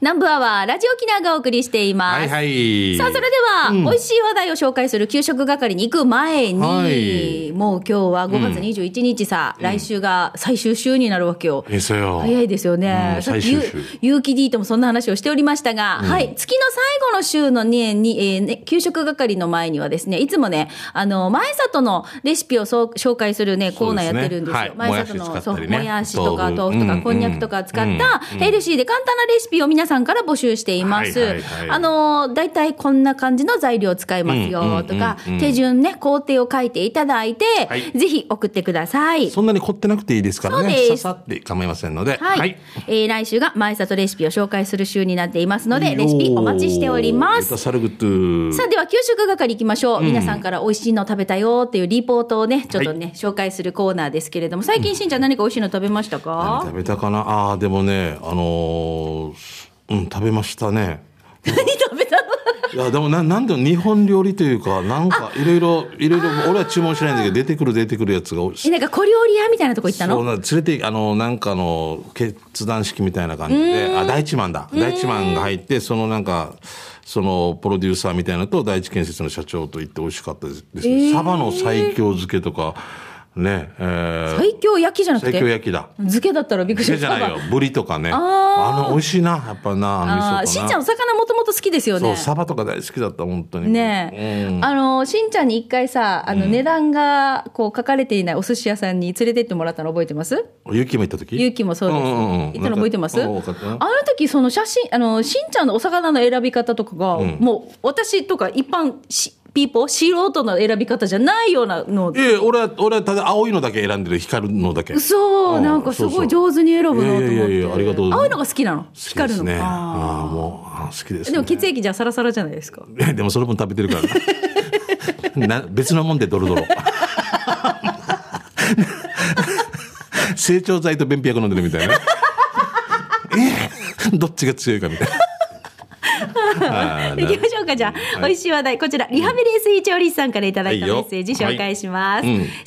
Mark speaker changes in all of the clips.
Speaker 1: 南部アワー、ラジオキナがお送りしています。
Speaker 2: はいはい。
Speaker 1: さあ、それでは、
Speaker 2: うん
Speaker 1: 美味しい話題を紹介する給食係に行く前に、
Speaker 2: はい
Speaker 1: もう今日は5月21日さ、来週が最終週になるわけよ。
Speaker 2: え、そうよ。
Speaker 1: 早いですよね。
Speaker 2: うん
Speaker 1: さっき
Speaker 2: 最終
Speaker 1: ゆ
Speaker 2: 週、
Speaker 1: ゆうき D ともそんな話をしておりましたが、はい、月の最後の週のね、に、えーね、給食係の前にはですね、いつもね、あの、前里のレシピをそう紹介するね、コーナーやってるんですよ。
Speaker 2: そうですねはい
Speaker 1: 前里の、
Speaker 2: もやし使
Speaker 1: そ
Speaker 2: った
Speaker 1: う、
Speaker 2: りね
Speaker 1: もやしとか
Speaker 2: 豆腐
Speaker 1: 豆腐と
Speaker 2: う
Speaker 1: か
Speaker 2: ん
Speaker 1: こんにゃくとか使った、
Speaker 2: うん
Speaker 1: ヘルシーで簡単なレシピを皆さんから募集しています。
Speaker 2: はいはいはい
Speaker 1: あの、大体こんな感じの材料を使います
Speaker 2: うんうんうんう
Speaker 1: よ
Speaker 2: ん
Speaker 1: とか、手順ね、工程を書いていただいて、
Speaker 2: はい
Speaker 1: ぜひ送ってください。
Speaker 2: そんなに凝ってなくていいですから
Speaker 1: そうで
Speaker 2: ね。
Speaker 1: す
Speaker 2: ささって構いませんので。
Speaker 1: はい、えー来週が前里レシピを紹介する週になっていますので、レシピお待ちしておりま
Speaker 2: さ
Speaker 1: す。
Speaker 2: サルグッドゥ
Speaker 1: さあでは給食係行きましょう、皆さんから美味しいの食べたよっていうリポートをねちょっとね、紹介するコーナーですけれども最近しんちゃん何か美味しいの食べました
Speaker 2: 何
Speaker 1: か
Speaker 2: 食べたかなあーでもね、あのーうん、食べましたね。
Speaker 1: 何食べたの
Speaker 2: いや、でもな、 なんでも日本料理というか、なんか、いろいろ、いろいろ、俺は注文しないんだけど、出てくる出てくるやつが、
Speaker 1: えなんか小料理屋みたいなとこ行った
Speaker 2: そ
Speaker 1: の
Speaker 2: うな連れてあのなんかの決断式みたいな感じであ大地マンだ大地マンが入ってそのなんかそのプロデューサーみたいなのと第一建設の社長と行って美味しかったです、サバの西京漬けとかねえー
Speaker 1: 最強焼きじゃなく
Speaker 2: 西
Speaker 1: て
Speaker 2: 京焼きだ
Speaker 1: 漬けだったらびっくりし
Speaker 2: 漬
Speaker 1: ま
Speaker 2: け
Speaker 1: し
Speaker 2: じゃ
Speaker 1: た
Speaker 2: ないよぶりとかねあの美味しいなやっぱなあ
Speaker 1: あ
Speaker 2: の味噌とか
Speaker 1: ー
Speaker 2: な
Speaker 1: しんちゃんお魚もともと好きですよ
Speaker 2: そ
Speaker 1: ね
Speaker 2: うサバとか大好きだった本当に
Speaker 1: ねえ、あのしんちゃんに一回さあの値段がこう書かれていないお寿司屋さんに連れてってもらったの覚えてます
Speaker 2: ゆきも行った時
Speaker 1: ゆうきもそうです、
Speaker 2: んんん
Speaker 1: いたの覚えてますあ
Speaker 2: なん
Speaker 1: の
Speaker 2: かうん分かったよ
Speaker 1: 時その写真あのしんちゃんのお魚の選び方とかが、もう私とか一般しピーポー素人の選び方じゃないようなの
Speaker 2: いや俺は俺はただ青いのだけ選んでる光るのだけ
Speaker 1: そううんなんかす
Speaker 2: そう
Speaker 1: ご
Speaker 2: そ
Speaker 1: いう上手に選ぶなと思って
Speaker 2: いやいやいやありがとうございます
Speaker 1: 青いのが好きなの光るの
Speaker 2: 好きですね。
Speaker 1: あ
Speaker 2: ああ、もう、あ好きで
Speaker 1: ーで
Speaker 2: す、ね。
Speaker 1: も血液じゃサラサラじゃないですか
Speaker 2: い やでもその分食べてるからな な。別のもんでドロド ロ。成長剤と便秘薬飲んでるみたいな。 えどっちが強いかみたいな。あ ー
Speaker 1: 行きましょうかじゃあ、美味しい話題こちらリハビリスイ調理師さんからいただいた
Speaker 2: はい
Speaker 1: メ
Speaker 2: よ
Speaker 1: ッセージ紹介します、
Speaker 2: はいうん
Speaker 1: しんちゃん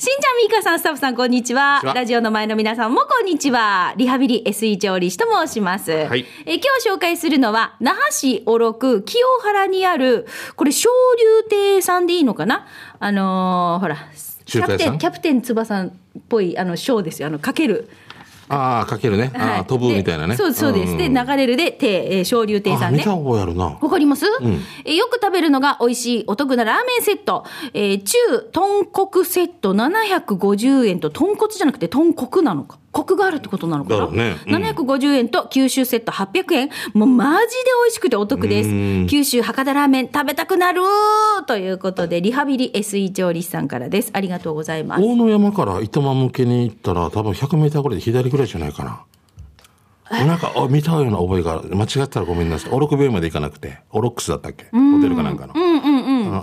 Speaker 1: みーかさんスタッフさんこんにちは
Speaker 2: こんにちは
Speaker 1: ラジオの前の皆さんもこんにちはリハビリ SE 調理師と申します、
Speaker 2: い
Speaker 1: え今日紹介するのは那覇市小六清原にあるこれ昇竜亭さんでいいのかなあのーほらキ
Speaker 2: 中
Speaker 1: ャ
Speaker 2: 華
Speaker 1: プ
Speaker 2: 屋
Speaker 1: テ
Speaker 2: さ
Speaker 1: ン
Speaker 2: ん
Speaker 1: キャプテン翼っぽいあのショーですよあのかける
Speaker 2: あー、かけるね。あ
Speaker 1: は
Speaker 2: あ、
Speaker 1: い
Speaker 2: 飛ぶみたいなね。
Speaker 1: でそうそうです、
Speaker 2: ん
Speaker 1: で流れるで亭えー昇竜亭さ
Speaker 2: あ、
Speaker 1: ん
Speaker 2: 見
Speaker 1: ね
Speaker 2: た覚えあるな。
Speaker 1: わかります、えよく食べるのが美味しいお得なラーメンセット、えー中豚骨セット750円と豚骨じゃなくて豚骨なのかコクがあるってことなのか
Speaker 2: だ
Speaker 1: な、
Speaker 2: ろうねうん
Speaker 1: 750円と九州セット800円もうマジで美味しくてお得です九州博多ラーメン食べたくなるということでリハビリ SE 調理師さんからですありがとうございます
Speaker 2: 大野山から糸満向けに行ったら、多分100メーターぐらいで左ぐらいじゃないかな。なんか、あ見たような覚えがある。間違ったらごめんなさい。オロク病院まで行かなくて、オロックスだったっけホテルかなんかの。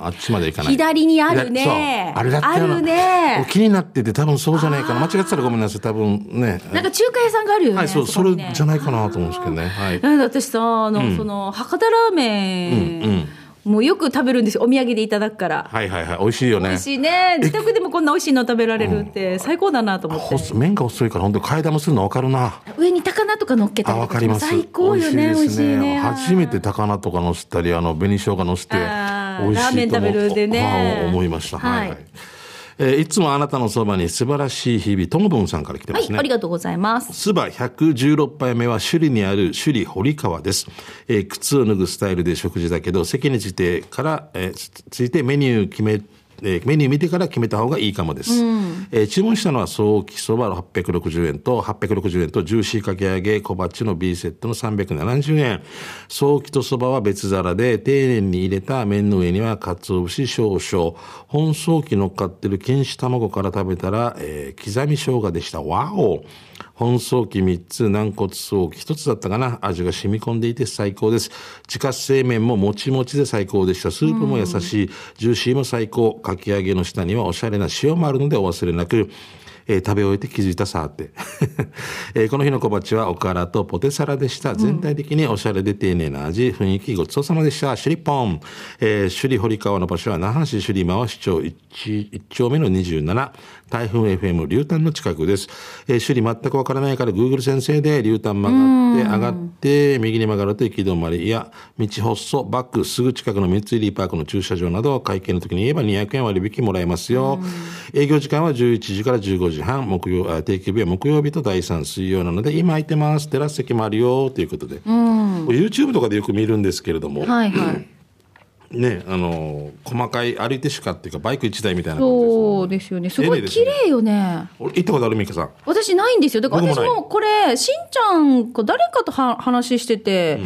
Speaker 2: ああっちまで行かない。
Speaker 1: 左にあるね
Speaker 2: 左そうあれだったよな
Speaker 1: あるね
Speaker 2: 気になってて、多分そうじゃないかな。間違ってたらごめんなさい。多分ね。
Speaker 1: なんか中華屋さんがあるよね、
Speaker 2: はい、そう、そ
Speaker 1: こ
Speaker 2: れ
Speaker 1: にね
Speaker 2: じゃないかなと思うんですけどね。はい。
Speaker 1: なんだ私さあの、その博多ラーメン、もうよく食べるんですよお土産でいただくから、
Speaker 2: はいはいはい。美味しいよ
Speaker 1: 美
Speaker 2: ね。
Speaker 1: 味しいね自宅でもこんな美味しいの食べられるって最高だなと思って、
Speaker 2: 細麺が細いから、本当に替え玉するの分かるな。
Speaker 1: 上に高菜とか乗っけた
Speaker 2: あ、
Speaker 1: り
Speaker 2: わ
Speaker 1: と
Speaker 2: か
Speaker 1: か
Speaker 2: ります。
Speaker 1: 最高よね美味しいね
Speaker 2: 初めて高菜とかのせたり、あの紅生姜のせて。美
Speaker 1: あー
Speaker 2: 味しいと思
Speaker 1: ラーメン食べるでね
Speaker 2: あ思いました。はい、
Speaker 1: は
Speaker 2: はいい。えーいつもあなたのそばに素晴らしい日々、トムブンさんから来てま
Speaker 1: は
Speaker 2: すね。
Speaker 1: いありがとうございます
Speaker 2: スバ116杯目は首里にある首里堀川です、えー靴を脱ぐスタイルで食事だけど、席についてから、えーつついてメニュー決め、えーメニュー見てから決めた方がいいかもです。えー注文したのは早期そば860円と、860円とジューシーかき揚げ小鉢の B セットの370円。早期とそばは別皿で、丁寧に入れた麺の上には鰹節少々。本早期乗っかってる錦糸卵から食べたら、えー刻み生姜でした。わお本早期3つ、軟骨早期1つだったかな。味が染み込んでいて最高です。自家製麺ももちもちで最高でした。スープも優しい。ジューシーも最高。かき揚げの下にはおしゃれな塩もあるのでお忘れなく。えー食べ終えて気づいたさーって、 えーこの日の小鉢はおからとポテサラでした全体的におしゃれで丁寧な味雰囲気ごちそうさまでしたシュリポン、えー、首里堀川の場所は那覇市首里真央市長 1, 丁目の27台風 FM 竜丹の近くです、えー、首里全くわからないから Google 先生で竜丹曲がって上がって右に曲がると行き止まりいや道細バックすぐ近くの三井リーパークの駐車場など会計の時に言えば200円割引もらえますよ、営業時間は11時から15時半木曜あ定休日は木曜日と第3水曜なので今空いてますテラス席もあるよということで、YouTube とかでよく見るんですけれども、
Speaker 1: はいはい。
Speaker 2: ねあの細かい歩いてしかっていうかバイク1台みたいな感じです
Speaker 1: そうですよね。すごい綺麗よね。
Speaker 2: 俺行ったことあるミカさん
Speaker 1: 私ないんですよ。だから
Speaker 2: 僕も
Speaker 1: 私
Speaker 2: ない
Speaker 1: もこれ、しんちゃんが誰かとは話してて、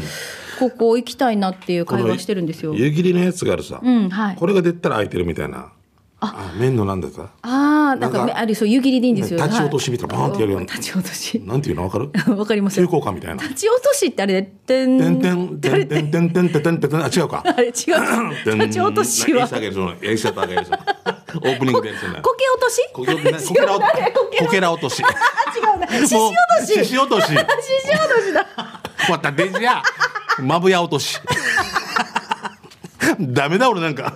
Speaker 1: ここ行きたいなっていう会話してるんですよ。
Speaker 2: 湯切りのやつがあるさ、
Speaker 1: うん、はい。
Speaker 2: これが出たら空いてるみたいなあ麺のなんだか
Speaker 1: ああ、なんか
Speaker 2: なん
Speaker 1: め、
Speaker 2: か
Speaker 1: あれ、そう、湯切りでいいんですよ。
Speaker 2: 立ち落と
Speaker 1: し。
Speaker 2: しみたいなバーンってやるような
Speaker 1: 立ち落とし。
Speaker 2: なんていうのわかる
Speaker 1: わかります
Speaker 2: 急
Speaker 1: よ。
Speaker 2: 降下みたいな
Speaker 1: 立ち落としってあれ、てん、
Speaker 2: てんてんてんてんてんてんてんてんてんあ違うか
Speaker 1: あ れ、違う。立ち落としは。
Speaker 2: エイサ
Speaker 1: こ
Speaker 2: ーがやるそのエイサーとあげるそのオープニングでやるその
Speaker 1: け落とし
Speaker 2: こけら
Speaker 1: 違うなあれこけ
Speaker 2: こけら落とし
Speaker 1: あ、違うな。しし
Speaker 2: もう
Speaker 1: 落とし。
Speaker 2: 獅
Speaker 1: しし
Speaker 2: 子落 とし
Speaker 1: 落としだ。
Speaker 2: またデジやまぶや落としダメだ俺なんか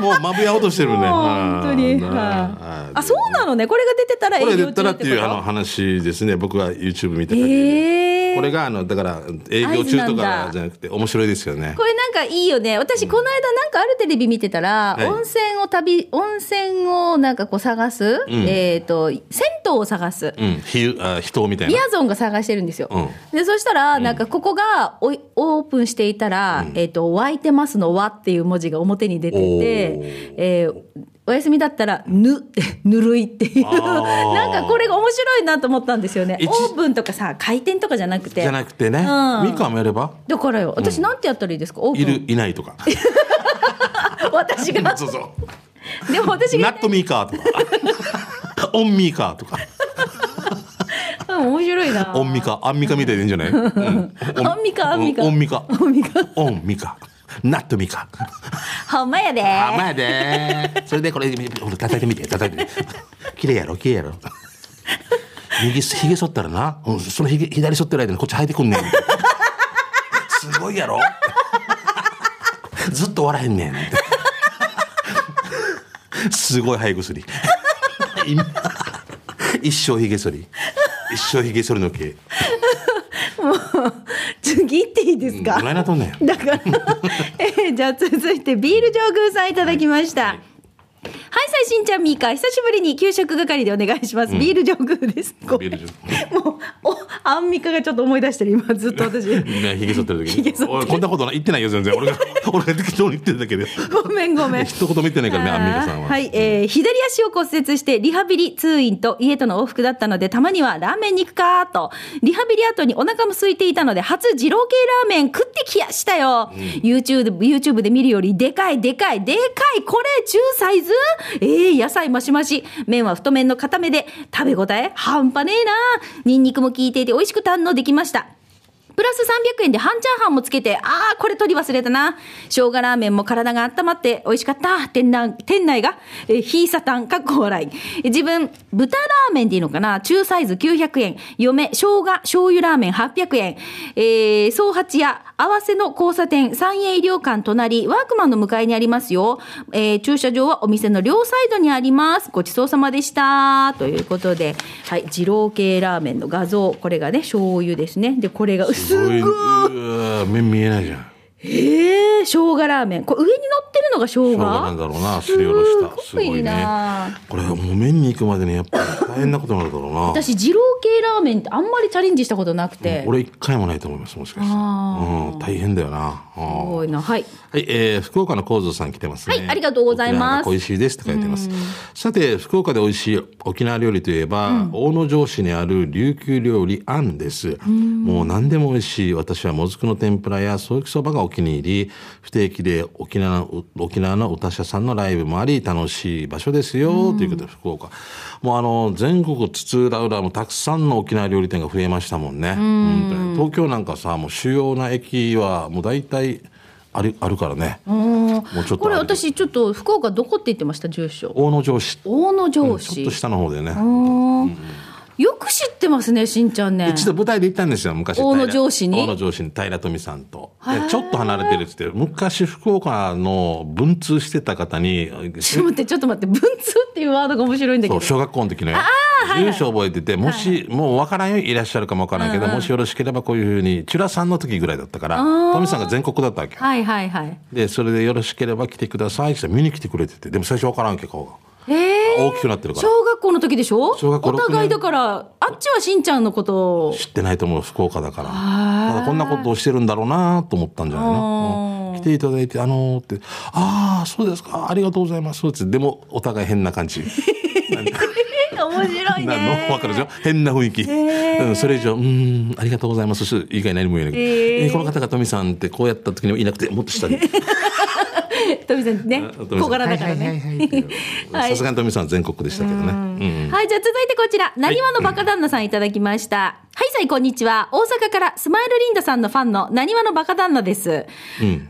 Speaker 2: もうまぶや落としてるね
Speaker 1: もう本当に。
Speaker 2: あー
Speaker 1: は
Speaker 2: あ
Speaker 1: い
Speaker 2: ー
Speaker 1: あ、そうなのね。これが出てたら営
Speaker 2: これ
Speaker 1: 業中
Speaker 2: 出たらっていう
Speaker 1: こ
Speaker 2: あ
Speaker 1: と
Speaker 2: の話ですね僕は YouTube 見てた限りで
Speaker 1: ええ
Speaker 2: これがあのだから営業中と
Speaker 1: 合図なんだ
Speaker 2: かじゃなくて面白いですよね
Speaker 1: これなんかいいよね。私、この間なんかあるテレビ見てたら、
Speaker 2: はい
Speaker 1: 温泉を旅、温泉をなんかこう探す、えっ、と、銭湯を探す。
Speaker 2: うん比喩あ人みたい
Speaker 1: リ
Speaker 2: な
Speaker 1: アゾンが探してるんですよ。
Speaker 2: うん
Speaker 1: で、そしたら、なんかここがおいオープンしていたら、えっ、と、湧いてますの和っていう文字が表に出て
Speaker 2: お
Speaker 1: て
Speaker 2: ー、
Speaker 1: えーお休みだったら、ぬって、 ぬるいっていう、
Speaker 2: あ ー
Speaker 1: なんかこれが面白いなと思ったんですよね。
Speaker 2: 一
Speaker 1: オープンとかさ、開店とかじゃなくて。
Speaker 2: じゃなくてね
Speaker 1: う
Speaker 2: ミ
Speaker 1: ん
Speaker 2: カもやれば
Speaker 1: だからよ、私なんてやったらいいですか、オープ
Speaker 2: い
Speaker 1: ン。
Speaker 2: るいないとか
Speaker 1: 私が。
Speaker 2: そうそ
Speaker 1: でも私
Speaker 2: う
Speaker 1: が
Speaker 2: ナットミーカーとかオンミーカーとか
Speaker 1: うん面白いな。
Speaker 2: オンミカアンミカみたいでいいんじゃない、 うん
Speaker 1: アンミカアンミカ
Speaker 2: うんオンミカ
Speaker 1: オンミカ
Speaker 2: オンミカナットミカ
Speaker 1: ほんまやで。
Speaker 2: あまあねそれでこれほら叩いてみて叩いてみて綺麗やろ綺麗やろ右ひげ剃ったらな、うん、そのひげ左剃ってる間にこっち生えてくんねんすごいやろずっと笑えんねんすごい生え薬今一生ひげ剃り一生ひげ剃りの毛
Speaker 1: 次行っていいです
Speaker 2: ど
Speaker 1: か。
Speaker 2: ないなっとんねん
Speaker 1: だから、 えーじゃあ続いてビール上宮さんいただきました。はい、最新ちゃんミーカー久しぶりに給食係でお願いします。ビール上宮です。ごめん
Speaker 2: ビール
Speaker 1: もうおアンミカがちょっと思い出してる今ずっと私。
Speaker 2: ね、ひげ剃ってる時
Speaker 1: ひげ
Speaker 2: に
Speaker 1: 剃ってる
Speaker 2: 俺こんなことない言ってないよ全然俺が俺が適当に言ってるだけで
Speaker 1: ごめんごめん。
Speaker 2: 一言も言ってないからねアンミカさんは、
Speaker 1: い、えー左足を骨折してリハビリ通院と家との往復だったのでたまにはラーメンに行くかとリハビリ後にお腹も空いていたので初二郎系ラーメン食ってきやしたよ、YouTube, YouTube で見るよりでかいでかいでかいこれ中サイズえー、野菜マシマシ麺は太麺の固めで食べ応え半端ねえなニンニクも効いていて美味しく堪能できましたプラス300円で半チャーハンもつけて、ああ、これ取り忘れたな。生姜ラーメンも体が温まって美味しかった。店内店内が、えー、ひいさたん、かっこ笑い。えー自分、豚ラーメンでいいのかな中サイズ900円。嫁、生姜、醤油ラーメン800円。えー、総八屋、合わせの交差点、三栄医療館隣、ワークマンの向かいにありますよ。えー、駐車場はお店の両サイドにあります。ごちそうさまでした。ということで、はい、二郎系ラーメンの画像。これがね、醤油ですね。で、これが、す
Speaker 2: そう
Speaker 1: ご
Speaker 2: い。
Speaker 1: いう
Speaker 2: うわ目見えないじゃん
Speaker 1: ええ生姜ラーメン。これ上に乗ってるのが生姜。
Speaker 2: しょうがなんだろうなすりおろした
Speaker 1: す
Speaker 2: す
Speaker 1: ご
Speaker 2: ご
Speaker 1: い
Speaker 2: いね
Speaker 1: な
Speaker 2: これはもう麺に行くまでにやっぱり大変なことになるだろうな
Speaker 1: 私二郎系ラーメンってあんまりチャレンジしたことなくて。
Speaker 2: 俺一回もないと思いますもしかして、う
Speaker 1: あ
Speaker 2: ん、大変だよなうん
Speaker 1: すごいな。はい。
Speaker 2: はい、えー福岡の幸三さん来てますね。
Speaker 1: はいありがとうございます
Speaker 2: 沖縄が美味しいですって書いてます。さて、福岡で美味しい沖縄料理といえば、大野城市にある琉球料理庵です。もう何でも美味しい。私はもずくの天ぷらやソーキそばがお気に入り、不定期で沖縄の、沖縄の歌社さんのライブもあり、楽しい場所ですよ、ということで福岡。もうあの、全国津々浦々もたくさんの沖縄料理店が増えましたもんね。本当に東京なんかさ、もう主要な駅はもう大体、あるあるからね
Speaker 1: も
Speaker 2: うちょっと
Speaker 1: これ
Speaker 2: あれで
Speaker 1: 私ちょっと福岡どこって言ってました住所
Speaker 2: 大野城市
Speaker 1: 大野城
Speaker 2: ちょ
Speaker 1: 市、
Speaker 2: っと下の方でね
Speaker 1: うんよく知ってますねしんちゃんね
Speaker 2: 一度舞台で行ったんですよ昔
Speaker 1: 大野
Speaker 2: 平
Speaker 1: 城市に
Speaker 2: 大野城市に平富さんと
Speaker 1: へー
Speaker 2: でちょっと離れてるっつって昔福岡の文通してた方に
Speaker 1: ちょっと待ってちょっと待って文通っていうワードが面白いんだけ
Speaker 2: そ
Speaker 1: ど
Speaker 2: う小学校の時のよ住所覚えててもし、もう分からんよいらっしゃるかも分からんけど、もしよろしければこういうふうにチュラさんの時ぐらいだったから
Speaker 1: ー
Speaker 2: 富さんが全国だったわけ
Speaker 1: はいはいはい
Speaker 2: でそれでよろしければ来てくださいって言ったら見に来てくれててでも最初分からんけ顔が
Speaker 1: えー
Speaker 2: 大きくなってるから
Speaker 1: 小学校の時でしょ
Speaker 2: 小学校
Speaker 1: お互い
Speaker 2: 6年
Speaker 1: だからあっちはしんちゃんのことを
Speaker 2: 知ってないと思う福岡だからただこんなことをしてるんだろうなと思ったんじゃないの、うん来ていただいて「あのー」って「ああそうですかありがとうございます」ってでもお互い変な感じ
Speaker 1: えー面白い
Speaker 2: なの
Speaker 1: ね
Speaker 2: 分かるでしょ変な雰囲気、うん、それ以上「うーんありがとうございます」し以外何も言えないけど、
Speaker 1: へー
Speaker 2: えーこの方が富さんってこうやった時にもいなくてもっと下に
Speaker 1: 富さんね
Speaker 2: あ富さん
Speaker 1: 小柄だからね、
Speaker 2: はいはいはいはいっていう
Speaker 1: はい
Speaker 2: さすがに富さんは全国でしたけどね、うん
Speaker 1: はい、じゃあ続いてこちら、なにわのバカ旦那さんいただきました。はい、さい、こんにちは。大阪からスマイルリンダさんのファンのなにわのバカ旦那です。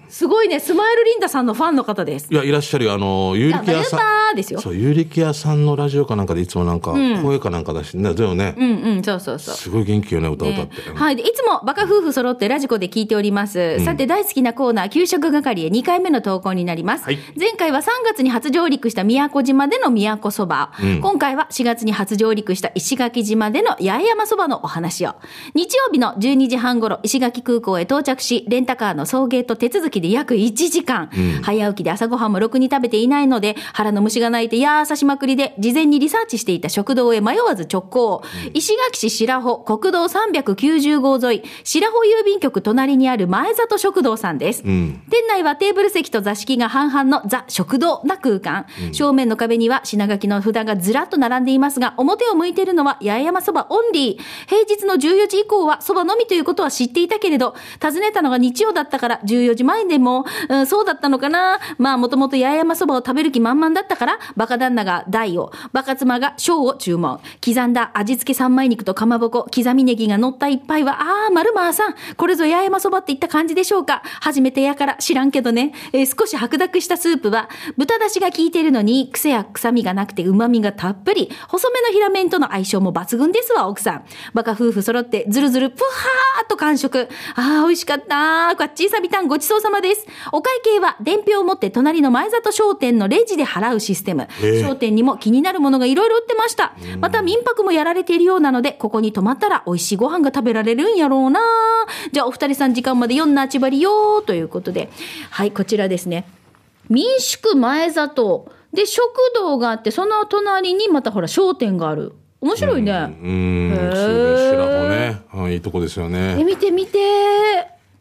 Speaker 1: すごいね、スマイルリンダさんのファンの方です。
Speaker 2: いやいらっしゃるよあの有力屋さん
Speaker 1: あマユパーですよ
Speaker 2: そう有力屋さんのラジオかなんかでいつもなんか声かなんか出して、ねでもね、
Speaker 1: うんうん、そうそうそう。
Speaker 2: すごい元気よね歌歌って、
Speaker 1: ねはい。でいつもバカ夫婦揃ってラジコで聞いております。さて、大好きなコーナー、給食係へ2回目の投稿になります。
Speaker 2: はい
Speaker 1: 前回は3月に初上陸した宮古島での宮古そば、今回は4月に初上陸した石垣島での八重山そばのお話を。日曜日の12時半頃、石垣空港へ到着し、レンタカーの送迎と手続きで約1時間。早起きで朝ごはんもろくに食べていないので、腹の虫が鳴いてやーさしまくりで、事前にリサーチしていた食堂へ迷わず直行。石垣市白穂、国道390号沿い、白穂郵便局隣にある前里食堂さんです。店内はテーブル席と座敷が半々のザ食堂な空間。正面の壁には品書きの札がずらっと並んでいますが、表を向いているのは八重山そばオンリー。平日の14時以降はそばのみということは知っていたけれど、訪ねたのが日曜だったから14時前でも、うん、そうだったのかな。まあ、もともと八重山そばを食べる気満々だったから、バカ旦那が大を、バカ妻が小を注文。刻んだ味付け三枚肉とかまぼこ、刻みネギが乗った一杯は、あー、まるまーさん、これぞ八重山そばっていった感じでしょうか。初めてやから知らんけどね。えー少し白濁したスープは、豚だしが効いているのに、癖や臭みがなくて旨味がたっぷり、細めの平麺との相性も抜群ですわ、奥さん。バカ夫婦揃って、ずるずるぷはーっと完食。あー、美味しかった。こっちいさびたんごちそうさまです。お会計は、伝票を持って隣の前里商店のレジで払うシステム。
Speaker 2: えー
Speaker 1: 商店にも気になるものがいろいろ売ってました。また民泊もやられているようなので、ここに泊まったら美味しいご飯が食べられるんやろうな。じゃあお二人さん時間まで4なちばりよーということで。はい、こちらですね。民宿前里。で、食堂があって、その隣にまたほら商店がある。面白いね。
Speaker 2: うん、そうです白もね、うん、いいとこですよ
Speaker 1: え、
Speaker 2: ね。
Speaker 1: 見て見て。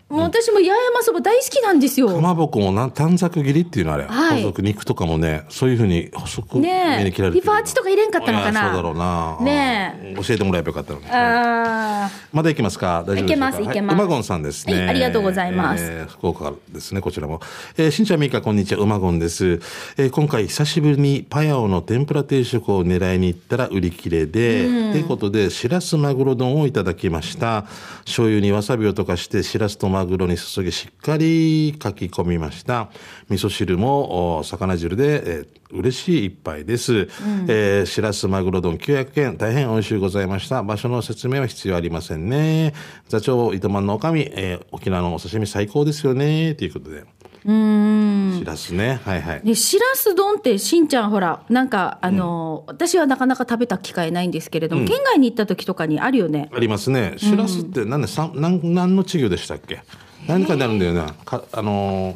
Speaker 1: もう私も八重山そば大好きなんです
Speaker 2: か
Speaker 1: よ。
Speaker 2: まぼこもなん短冊切りっていうのあれ、
Speaker 1: はい
Speaker 2: 細く肉とかもね、そういうふうに細く目
Speaker 1: ね
Speaker 2: に切ら
Speaker 1: え。
Speaker 2: れ
Speaker 1: リ
Speaker 2: てる
Speaker 1: ファーチとか入れんかったのか
Speaker 2: いや
Speaker 1: な。
Speaker 2: そうだろうな。
Speaker 1: ね
Speaker 2: え。教えてもらえばよかったのに。
Speaker 1: ああ。
Speaker 2: まだ行きますか大丈夫でしょうか
Speaker 1: いけますいけます
Speaker 2: はい、馬ゴンさんですね、
Speaker 1: はいありがとうございます
Speaker 2: えー福岡からですね、こちらも。えー、しんちゃんみーか、こんにちは。馬ゴンです。えー今回、久しぶりにパヤオの天ぷら定食を狙いに行ったら売り切れで、ということで、しらすマグロ丼をいただきました。醤油にわさびを溶かして、しらすとマグロに注ぎ、しっかりかき込みました。味噌汁も、お魚汁で、えー嬉しい一杯です、えーしらすマグロ丼900円大変美味しゅうございました場所の説明は必要ありませんね座長糸満のおかみ、えー沖縄のお刺身最高ですよねということでうんしらすねはいはい
Speaker 1: ね、しらす丼ってしんちゃんほらなんかあのー、私はなかなか食べた機会ないんですけれども、県外に行った時とかにあるよね
Speaker 2: ありますねしらすって何でさなん何の稚魚でしたっけ何かになるんだよなかあのー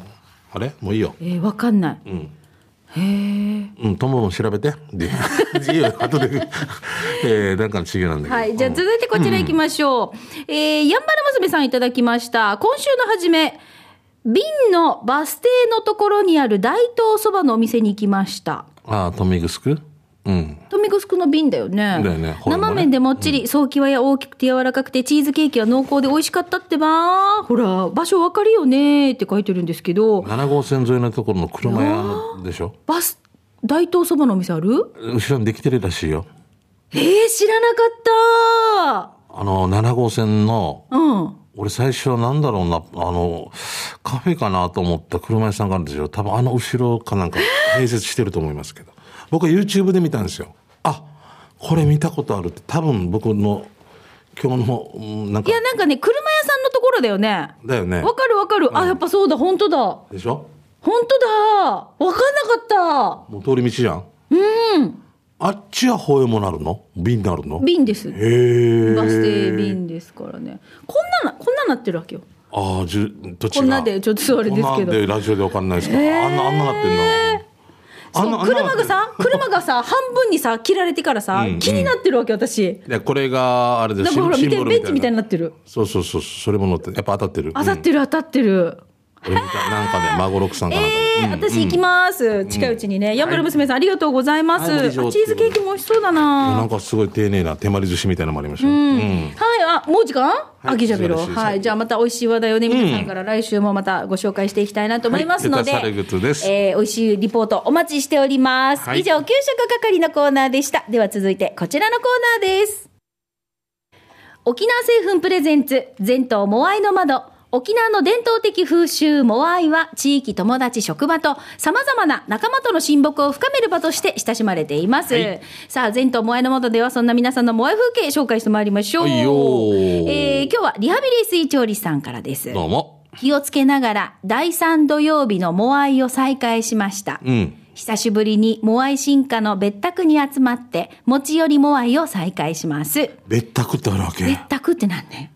Speaker 2: あれもういいよ
Speaker 1: えー、わかんない、へ
Speaker 2: うん友も調べてで いいよ後でえー、なんかの稚魚なん
Speaker 1: え
Speaker 2: だけど
Speaker 1: はいじゃあ続いてこちら行きましょう、えーやんばる娘さんいただきました今週の初め瓶のバス停のところにある大東そばのお店に行きました
Speaker 2: ああトミグスクうん
Speaker 1: トミグスクの瓶だよね
Speaker 2: だよねほら
Speaker 1: 生麺でもっちり、早期はや大きくて柔らかくてチーズケーキは濃厚で美味しかったってばほら場所わかるよねって書いてるんですけど
Speaker 2: 7号線沿いのところの車屋でしょ
Speaker 1: バス大東そばのお店ある
Speaker 2: 後ろにできてるらしいよ
Speaker 1: えー、知らなかった
Speaker 2: あの、7号線の、
Speaker 1: うん。
Speaker 2: 俺最初はなんだろうな、あの、カフェかなと思った車屋さんがあるんですよ。多分あの後ろかなんか併設してると思いますけど。僕は YouTube で見たんですよ。あ、これ見たことあるって、多分僕の今日の、うんなん
Speaker 1: い
Speaker 2: か
Speaker 1: や、、なんかね、車屋さんのところだよね。
Speaker 2: だよね。
Speaker 1: わかるわかる。あ、やっぱそうだ、本当だ。本
Speaker 2: でしょ
Speaker 1: 当だ。わかんなかっ
Speaker 2: もう通り道じゃん。あっちはホエもなるの瓶になるの
Speaker 1: た。瓶です。
Speaker 2: へえ。
Speaker 1: バス停瓶ですからね。こんなな、こんななってるわけよ。
Speaker 2: ああ、じゅ、どっちが
Speaker 1: こんなで、ちょっとあれです
Speaker 2: こ
Speaker 1: け
Speaker 2: んなんで
Speaker 1: ど。
Speaker 2: ラジオでわかんないですけど、あんな、あんななってんだ。あんな
Speaker 1: そう車が。さ、車が さ、半分にさ、切られてからさ、気になってるわけ、私。
Speaker 2: あんななってるいや、これが、あれで
Speaker 1: だ
Speaker 2: す
Speaker 1: からほら、見てる、ベンチみたいに
Speaker 2: な。
Speaker 1: なってる。
Speaker 2: そうそうそう、それも乗って、やっぱ当たってる。
Speaker 1: 当たってる、当たってる。
Speaker 2: うん俺みたいなんかで、孫六さんかなんか
Speaker 1: え
Speaker 2: で
Speaker 1: え、私行きます。近いうちにね。やんばる娘さん、ありがとうございます。
Speaker 2: はい
Speaker 1: あチーズケーキも美味しそうだ
Speaker 2: うんな
Speaker 1: な。
Speaker 2: んかすごい丁寧な手まり寿司みたいなのもありましたよ。うん。
Speaker 1: はい、あ、もう時間、
Speaker 2: い
Speaker 1: あきじゃべろ。
Speaker 2: 素晴らしいです
Speaker 1: はい、じゃあまた美味しい話題をね、皆さんから来週もまたご紹介していきたいなと思いますので、
Speaker 2: はいレタスサレグッズです
Speaker 1: えー美味しいリポートお待ちしております。
Speaker 2: はい
Speaker 1: 以上、給食係のコーナーでした。では続いて、こちらのコーナーです。沖縄製粉プレゼンツ、全島モアイの窓。沖縄の伝統的風習、モアイは地域、友達、職場と様々な仲間との親睦を深める場として親しまれています。
Speaker 2: はい
Speaker 1: さあ、全島モアイの窓ではそんな皆さんのモアイ風景紹介してまいりましょう。
Speaker 2: はいよー
Speaker 1: えー今日はリハビリ水調理師さんからです。
Speaker 2: どうも。
Speaker 1: 気をつけながら第3土曜日のモアイを再開しました。
Speaker 2: うん。
Speaker 1: 久しぶりにモアイ進化の別宅に集まって持ち寄りモアイを再開します。
Speaker 2: 別宅ってあるわけ。
Speaker 1: 別宅ってなんね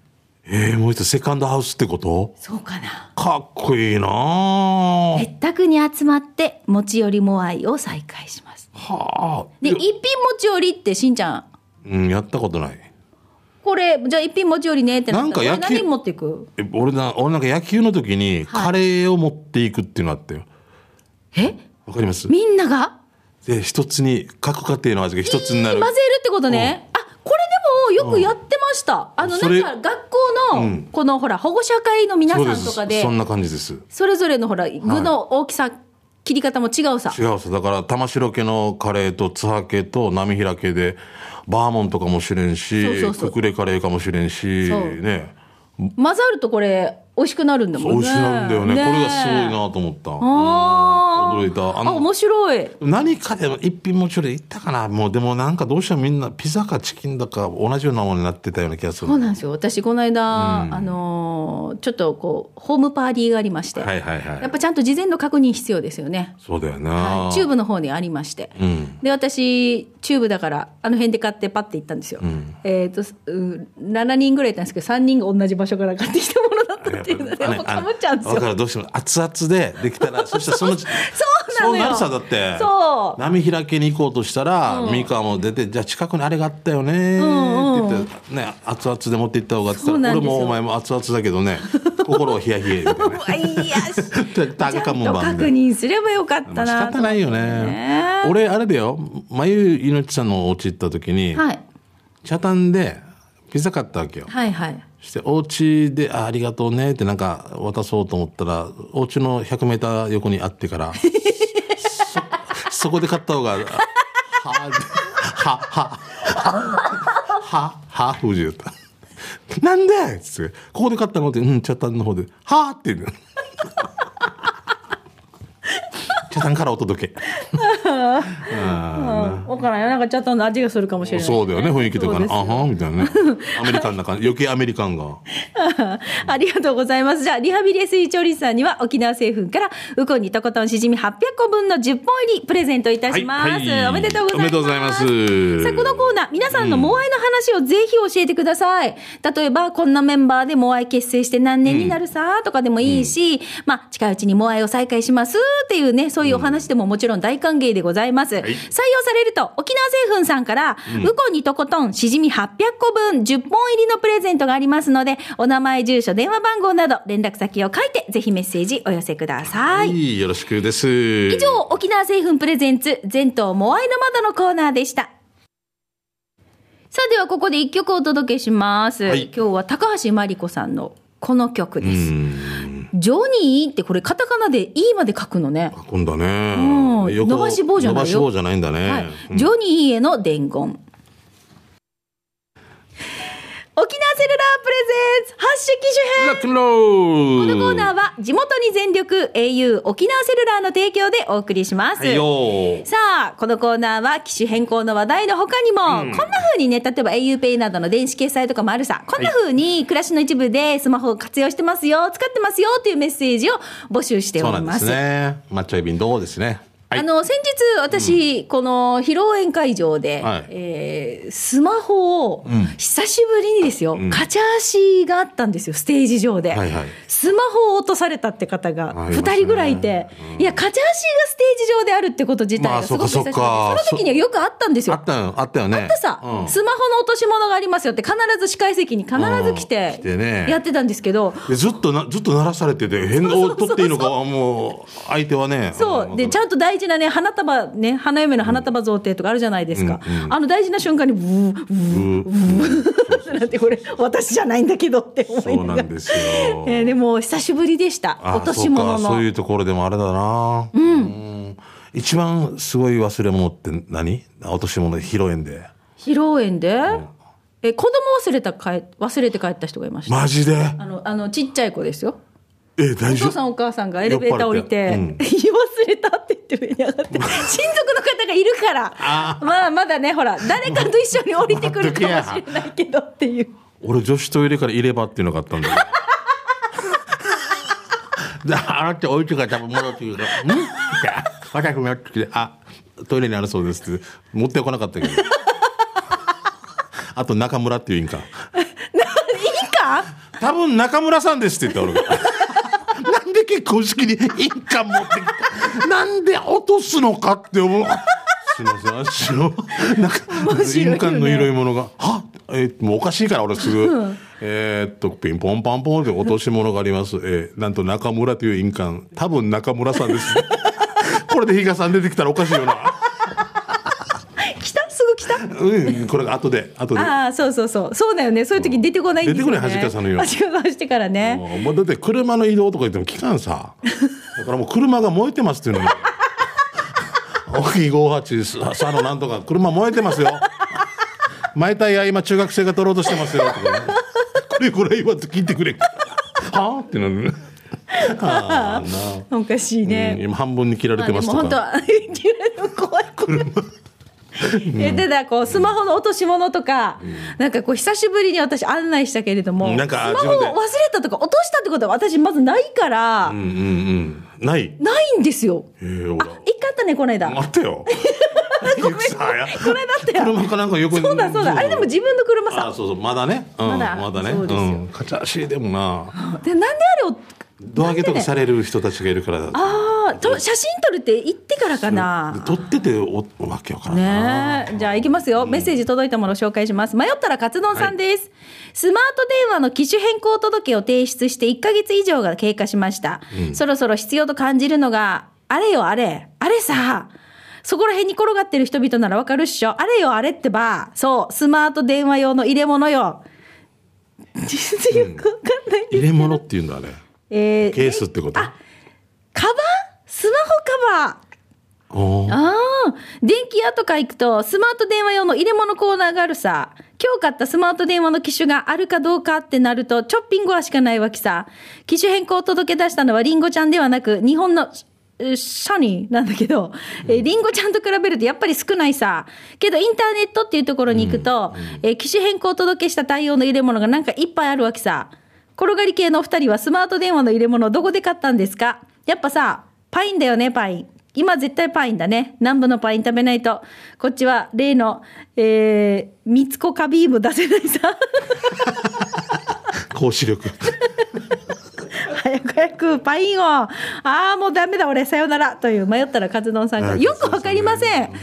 Speaker 2: ええ、もう一つセカンドハウスってこと
Speaker 1: そうかな。
Speaker 2: かっこいいなあ
Speaker 1: 別宅に集まって持ち寄りモアイを再開します。
Speaker 2: はあ。
Speaker 1: で、
Speaker 2: い
Speaker 1: 一
Speaker 2: や
Speaker 1: 品持ち寄りってしんちゃん、
Speaker 2: うん、やったことない。
Speaker 1: これ、じゃあ一品持ち寄りねってなったら
Speaker 2: なん
Speaker 1: こ
Speaker 2: か野球
Speaker 1: れ何持っていく
Speaker 2: え俺な俺なんか野球の時
Speaker 1: は
Speaker 2: に
Speaker 1: い
Speaker 2: カレーを持っていくっていうのあったよ
Speaker 1: え
Speaker 2: わかります
Speaker 1: みんなが
Speaker 2: で一つに各家庭の味が一つにな
Speaker 1: 混
Speaker 2: る
Speaker 1: ぜるってことね、あこれでもよくやってました、あの
Speaker 2: それ
Speaker 1: なんか学校
Speaker 2: う
Speaker 1: の
Speaker 2: ん
Speaker 1: このほら保護者会の皆
Speaker 2: そ
Speaker 1: さ
Speaker 2: うで
Speaker 1: んと
Speaker 2: す
Speaker 1: かで
Speaker 2: そんな感じです違
Speaker 1: それぞれのほら具の大きさ、切り方も違うさ
Speaker 2: うさだから玉城家のカレーと津波家と波平家でバーモンとかもしれんし
Speaker 1: そうそうそう
Speaker 2: ククレカレーかもしれんし
Speaker 1: そう
Speaker 2: ね
Speaker 1: 混ざるとこれ美味しくなるんだも
Speaker 2: 美
Speaker 1: んね
Speaker 2: 味しいなんだよね
Speaker 1: え
Speaker 2: これがすごいなと思った
Speaker 1: あー
Speaker 2: うん驚いたあ
Speaker 1: あ
Speaker 2: の
Speaker 1: 面白い
Speaker 2: 何かでも一品もちろんいったかなもうでもなんかどうしてもみんなピザかチキンだか同じようなものになってたような気がする
Speaker 1: そうなんですよ私この間、あのーちょっとこうホームパーティーがありまして、
Speaker 2: はいはいは
Speaker 1: やっ
Speaker 2: い
Speaker 1: ぱちゃんと事前の確認必要ですよね、
Speaker 2: そうだよ
Speaker 1: は、
Speaker 2: ない
Speaker 1: チューブの方にありまして、
Speaker 2: うん。
Speaker 1: で私チューブだからあの辺で買ってパッて行ったんですよ、えっ、とすう7人ぐらいいたんですけど3人が同じ場所から買ってきたものだったっていうのでもうかぶっちゃうんです
Speaker 2: だか
Speaker 1: よ
Speaker 2: らどうしても熱々でできたら、そしたらそのうち、
Speaker 1: そうなのよ
Speaker 2: そうなるさ、だって。
Speaker 1: そう
Speaker 2: 波開けに行こうとしたら、ミカも出て、じゃあ近くにあれがあったよねって言って、ね、熱々で持って行った方がって
Speaker 1: そう
Speaker 2: 言
Speaker 1: な
Speaker 2: った
Speaker 1: んで
Speaker 2: ら、俺
Speaker 1: すよ。
Speaker 2: もお前も熱々だけどね、心は冷や冷えみたい な
Speaker 1: うわいやし
Speaker 2: ちょっとタ
Speaker 1: ちゃん
Speaker 2: グカ
Speaker 1: と
Speaker 2: ムン版
Speaker 1: 確
Speaker 2: で。
Speaker 1: 認すればよかっ
Speaker 2: ま
Speaker 1: たな
Speaker 2: あ仕方ないよ
Speaker 1: ね
Speaker 2: ね。俺、あれだよ、眉ゆのちさんのお家行った時に、
Speaker 1: はい、
Speaker 2: 茶炭でピザ買ったわけよ。
Speaker 1: はいはい
Speaker 2: してお家で「あありがとうね」ってなんか渡そうと思ったらお家の 100m 横にあってからそそこで買った方が「ははははは不自由」だった「なんで?」っつって「ここで買ったの?」って「うん茶炭の方で「はあ」って言うの茶炭からお届け
Speaker 1: 分からんよなんかちょっとの味がするかもしれない
Speaker 2: そうだよね雰囲気とか
Speaker 1: そう
Speaker 2: ね
Speaker 1: です
Speaker 2: あ
Speaker 1: よ
Speaker 2: はんみたい なねアメリカンな感じ余計アメリカンが。
Speaker 1: ありがとうございます。じゃあ、リハビリ水調理師さんには、沖縄製粉から、ウコンにとことんしじみ800個分の10本入り、プレゼントいたします。
Speaker 2: はいはい
Speaker 1: おめでとうございます。
Speaker 2: おめでとうございます
Speaker 1: さあ、このコーナー、皆さんのモアイの話をぜひ教えてください。例えば、こんなメンバーでモアイ結成して何年になるさ、とかでもいいし、まあ、近いうちにモアイを再開しますっていうね、そういうお話でももちろん大歓迎でございます。採用されると、沖縄製粉さんから、ウコンにとことんしじみ800個分10本入りのプレゼントがありますので、お名前、住所、電話番号など連絡先を書いて、ぜひメッセージお寄せくださ。
Speaker 2: はいい、よろしくです。
Speaker 1: 以上、沖縄製粉プレゼンツ、全島モアイの窓のコーナーでした。さあ、ではここで一曲お届けします。
Speaker 2: はい
Speaker 1: 今日は高橋真理子さんのこの曲で
Speaker 2: う
Speaker 1: す。
Speaker 2: ん
Speaker 1: ジョニーってこれカタカナで E まで書くのね。
Speaker 2: あ今度はね、
Speaker 1: うん
Speaker 2: 横
Speaker 1: 伸ばし棒じゃないよ
Speaker 2: 伸ばし棒じゃないんだね。
Speaker 1: はい、
Speaker 2: うん
Speaker 1: ジョニーへの伝言。沖縄セルラープレゼンツ発色機種編
Speaker 2: ラックンロー
Speaker 1: こ
Speaker 2: ル
Speaker 1: のコーナーは地元に全力 au 沖縄セルラーの提供でお送りします。
Speaker 2: はいよー
Speaker 1: さあ、このコーナーは機種変更の話題の他にも、こんな風にね、例えば auPay などの電子決済とかもあるさ、こんな風に暮らしの一部でスマホを活用してますよ、使ってますよというメッセージを募集して
Speaker 2: そ
Speaker 1: お
Speaker 2: うな
Speaker 1: り
Speaker 2: んで
Speaker 1: ますす。
Speaker 2: ね抹茶エビンどうですねはい
Speaker 1: あの先日、私、この披露宴会場で、
Speaker 2: はい
Speaker 1: えースマホを久しぶりにですよ、カチャーシーがあったんですよ、ステージ上で、
Speaker 2: はいはい
Speaker 1: スマホを落とされたって方が
Speaker 2: ありました
Speaker 1: 2
Speaker 2: ね
Speaker 1: 人ぐらいいて、いや、カチャーシーがステージ上であるってこと自体
Speaker 2: ま
Speaker 1: が
Speaker 2: あ
Speaker 1: すごく久しぶりで、
Speaker 2: そっかそっか
Speaker 1: その時にはよくあったんです
Speaker 2: あ
Speaker 1: よ。
Speaker 2: ったよあったよねあ
Speaker 1: でさ、スマホの落とし物がありますよって、必ず司会席に必ず来
Speaker 2: うん
Speaker 1: て
Speaker 2: 来てね
Speaker 1: やってたんですけど、
Speaker 2: でずっとなずっと鳴らされてて変を取っていいのかはもう相手はね
Speaker 1: そうでちゃんと大事なね花束ね花嫁の花束贈呈とかあるじゃないですか、あの大事な瞬間にブーブーブーなんてこれ私じゃないんだけどって思い
Speaker 2: そう
Speaker 1: な
Speaker 2: な
Speaker 1: が
Speaker 2: ん
Speaker 1: ら、
Speaker 2: ですよ
Speaker 1: えーでも久しぶりでした
Speaker 2: あ
Speaker 1: 落とし物
Speaker 2: そうかそうい
Speaker 1: の
Speaker 2: うところでもあれだなうん一番すごい忘れ物って何落とし物披露宴で
Speaker 1: 披露宴で、え子供忘れたかえ忘れて帰った人がいました、
Speaker 2: マジで
Speaker 1: あのあのちっちゃい子ですよ
Speaker 2: え大
Speaker 1: お
Speaker 2: 丈
Speaker 1: 父さ
Speaker 2: 夫
Speaker 1: んお母さんがエレベーター降りて「
Speaker 2: 酔っ
Speaker 1: 言い
Speaker 2: 払っ
Speaker 1: 忘れた」って言って上に上が って親族の方がいるから
Speaker 2: あ
Speaker 1: まあまだねほら誰かと一緒に降りてくるかもしれないけどっていう。
Speaker 2: 俺女子トイレから入れ歯っていうのがあったんだ よで洗って置いてから多分戻ってくるから「ん?」って「私もやってきてあトイレにあるそうです」って持ってこなかった けどあと中村っていう委員か
Speaker 1: いいか
Speaker 2: 多分中村さんですって言った俺がなんで結婚式に印鑑持ってきたなんで落とすのかって思うすいませんあっしのなんか
Speaker 1: 面白いよね
Speaker 2: 印鑑の色いものがはえーもうおかしいから俺すぐえーっとピンポンパンポンで落とし物があります、えーなんと中村という印鑑多分中村さんです これで比嘉さん出てきたらおかしいよな
Speaker 1: 来たすぐ来た
Speaker 2: うんこれが後で後で
Speaker 1: ああそうそうそうそうだよねそういう時出てこないんですよ、ね、
Speaker 2: 出てこない恥かさぬよ
Speaker 1: 恥かさしてからね
Speaker 2: もうもうだって車の移動とか言っても期 間さだからもう車が燃えてますっていうのに大きい58佐野なんとか車燃えてますよ毎タイヤ今中学生が取ろうとしてますよとかね、これこれ言わず聞いてくれはあってなるねあーな
Speaker 1: おかしいね、
Speaker 2: うん今半分に切られ
Speaker 1: まあで
Speaker 2: て
Speaker 1: も
Speaker 2: ますと
Speaker 1: 本当
Speaker 2: か、
Speaker 1: は怖い怖いえただこうスマホの落とし物とか、なんかこう久しぶりに私案内したけれども、
Speaker 2: うんなんか
Speaker 1: スマホを忘
Speaker 2: 自
Speaker 1: れ
Speaker 2: 分で
Speaker 1: たとか落としたってことは私まずないから、
Speaker 2: うんうんうんない
Speaker 1: ないんですよ。
Speaker 2: えー、ほ
Speaker 1: あ
Speaker 2: ら
Speaker 1: 一回あったねこの間。
Speaker 2: 待っ てよごめん
Speaker 1: これだったよ
Speaker 2: 車かなんか横に
Speaker 1: そうだそうだあれでも自分の車さ
Speaker 2: あそうそうまだね、うん、
Speaker 1: ま
Speaker 2: ま
Speaker 1: だ
Speaker 2: だね
Speaker 1: そうですよ
Speaker 2: ん、カチャーシーでもな
Speaker 1: でなんであれを
Speaker 2: 胴上げとかされる人たちがいるからだ
Speaker 1: ああと写真撮るって言ってからかな
Speaker 2: で撮ってておわけわからんな、
Speaker 1: ねえじゃあいきますよ、メッセージ届いたものを紹介します迷ったらカツ丼さんです、スマート電話の機種変更届を提出して1ヶ月以上が経過しました、そろそろ必要と感じるのがあれよあれあれさそこら辺に転がってる人々ならわかるっしょあれよあれってばそうスマート電話用の入れ物よ全然よくわかんない、
Speaker 2: 入れ物っていうんだあれ
Speaker 1: えー
Speaker 2: ケースってこと
Speaker 1: カバンスマホカバー
Speaker 2: おー
Speaker 1: ああ、電気屋とか行くと、スマート電話用の入れ物コーナーがあるさ。今日買ったスマート電話の機種があるかどうかってなると、チョッピングはしかないわけさ。機種変更を届け出したのはリンゴちゃんではなく、日本の、えシャニーなんだけど、えーリンゴちゃんと比べるとやっぱり少ないさ。けどインターネットっていうところに行くと、えー機種変更を届けした対応の入れ物がなんかいっぱいあるわけさ。転がり系のお二人はスマート電話の入れ物をどこで買ったんですかやっぱさ、パインだよね、パイン。今絶対パインだね。南部のパイン食べないと。こっちは例の、えー、三つ子カビーム出せないさ。
Speaker 2: 高 視力
Speaker 1: 早く早くパインを。ああ、もうダメだ俺、さよなら。という迷ったらカツ丼さんが。
Speaker 2: はい
Speaker 1: よくわかりません。どう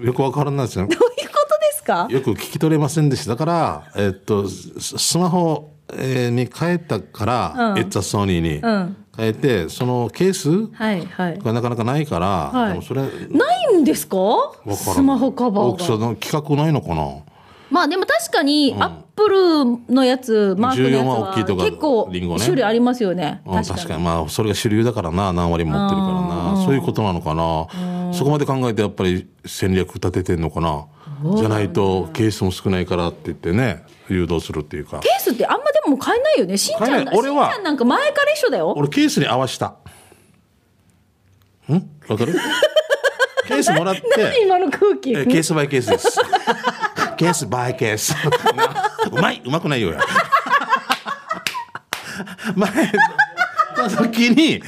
Speaker 1: いう
Speaker 2: よくわからないですね
Speaker 1: ことですか
Speaker 2: よく聞き取れませんでしただから、えっとススマホ、えーに変えたから、
Speaker 1: うん
Speaker 2: エッツァソニーに
Speaker 1: ん
Speaker 2: 変えて、そのケース
Speaker 1: はいはい。
Speaker 2: がなかなかないから、
Speaker 1: はい
Speaker 2: でもそれわか
Speaker 1: ないんですか
Speaker 2: らん
Speaker 1: スマホカバ
Speaker 2: 大きさ
Speaker 1: ーが。
Speaker 2: の企画ないのかな
Speaker 1: まあでも確かに、アップルのやつ、マークの
Speaker 2: 14は大きい
Speaker 1: やつ
Speaker 2: とか
Speaker 1: は結構
Speaker 2: リンゴね
Speaker 1: 種類ありますよね。
Speaker 2: うん、
Speaker 1: 確か
Speaker 2: 確
Speaker 1: に
Speaker 2: か。にまあそれが主流だからな何割も持ってるからなそういうことなのかなそこまで考えてやっぱり戦略立ててんのかなじゃないとケースも少ないからって言ってね誘導するっていうか
Speaker 1: ケースってあんまでも買えないよね。しんちゃ
Speaker 2: 買え
Speaker 1: ん、しん
Speaker 2: ない
Speaker 1: ち
Speaker 2: 俺は
Speaker 1: ゃんなんか前から一緒だよ。
Speaker 2: 俺ケースに合わしたんわ かるケースもらって
Speaker 1: 何 今の空気。
Speaker 2: えーケースバイケースです。 ケースバイケ ース。うまい、うまくないよや。 前の時に、ケ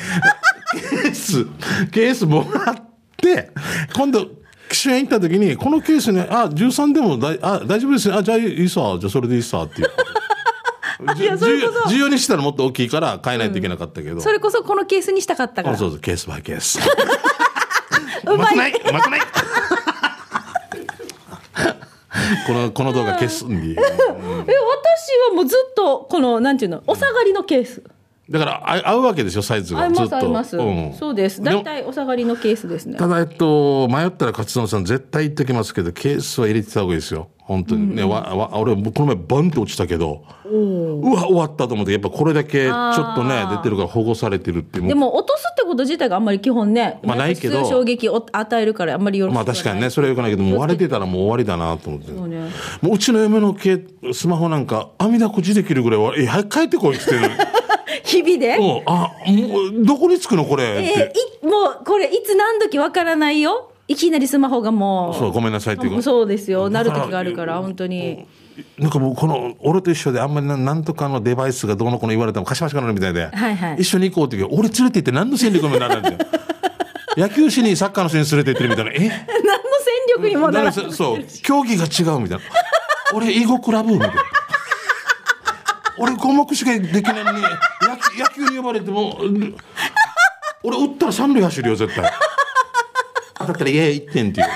Speaker 2: ース、ケースもらって、今度、主演行った時に、このケースね、あ、13でもだいあ大丈夫ですね。あ、じゃあいいさ、じゃあそれでいいさっていう。
Speaker 1: いやそういうこと
Speaker 2: 14にしたらもっと大きいから変えないといけなかったけど。
Speaker 1: それこそこのケースにしたかったか
Speaker 2: あ
Speaker 1: ら。
Speaker 2: そうそう、ケースバイケース。
Speaker 1: うま
Speaker 2: く
Speaker 1: い。
Speaker 2: ないうまくない このこの動画消すんで
Speaker 1: え、私はもうずっと、この、なんていうの、お下がりのケース。
Speaker 2: だからあ合うわけでしょサイズが
Speaker 1: 合い
Speaker 2: ず
Speaker 1: ます、
Speaker 2: っと
Speaker 1: 合います。
Speaker 2: うん
Speaker 1: そうです。
Speaker 2: でも
Speaker 1: 大体お下がりのケースですね。
Speaker 2: ただえっと迷ったら勝野さん絶対言っときますけどケースは入れてた方がいいですよ本当にね、わわ俺もこの前バンって落ちたけどうわ終わったと思ってやっぱこれだけちょっとね
Speaker 1: あー
Speaker 2: 出てるから保護されてるってもう
Speaker 1: でも落とすってこと自体があんまり基本ね、
Speaker 2: まあないけど
Speaker 1: 普通衝撃を与えるからあんまりよろしく
Speaker 2: ま
Speaker 1: は
Speaker 2: あ
Speaker 1: ない
Speaker 2: 確かにねそれはよくないけどもう割れてたらもう終わりだなと思って
Speaker 1: そうね
Speaker 2: もううちの嫁のけスマホなんか網だこじできるぐらい割れえ早く帰ってこい」って言ってる
Speaker 1: 日々で、
Speaker 2: うんあもうどこにつくのこれ」って。
Speaker 1: えーいもうこれいつ何時わからないよいきなりスマホがもう
Speaker 2: そうごめんなさいっていうか
Speaker 1: そうですよな
Speaker 2: だか
Speaker 1: る
Speaker 2: ら
Speaker 1: 時があるから本当に
Speaker 2: なんかもうこの俺と一緒であんまりななんとかのデバイスがどうのこうの言われてもかしましくなるみたいで、
Speaker 1: はいはい
Speaker 2: 一緒に行こうって言うけど俺連れて行って何の戦力にもな らないんですよ野球しにサッカーの人に連れて行ってるみたいなえ
Speaker 1: 何の戦力にもならない
Speaker 2: だからそう競技が違うみたいな俺囲碁クラブみたいな俺五目しかできないのに野球野球に呼ばれてもうん俺打ったら三塁走るよ絶対当たったらイエーイ1点っていう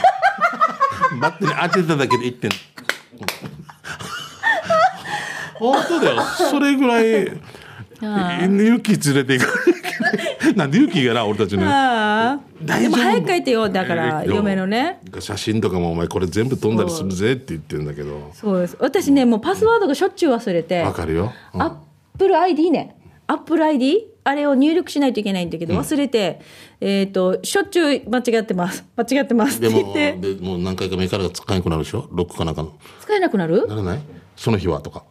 Speaker 2: バットに当てただけで1点本当だよそれぐらい勇気連れていかないなんで勇気がな俺たちの
Speaker 1: ああ
Speaker 2: 大
Speaker 1: で
Speaker 2: 丈夫
Speaker 1: も早く書いてよだか
Speaker 2: え
Speaker 1: ら
Speaker 2: ーと
Speaker 1: 嫁のね
Speaker 2: 写真とかもお前これ全部飛んだりするぜって言ってるんだけど
Speaker 1: そうです私ねもうパスワードがしょっちゅう忘れて
Speaker 2: わかるよ、うん
Speaker 1: アップル ID ね。アップル ID? あれを入力しないといけないんだけど、忘れて、えっ、と、しょっちゅう間違ってます。間違って ますっ
Speaker 2: で
Speaker 1: て言
Speaker 2: も
Speaker 1: って、
Speaker 2: でもう何回か目からが使えなくなるでしょロックかなんかの
Speaker 1: 使えなくなる
Speaker 2: ならないその日はとか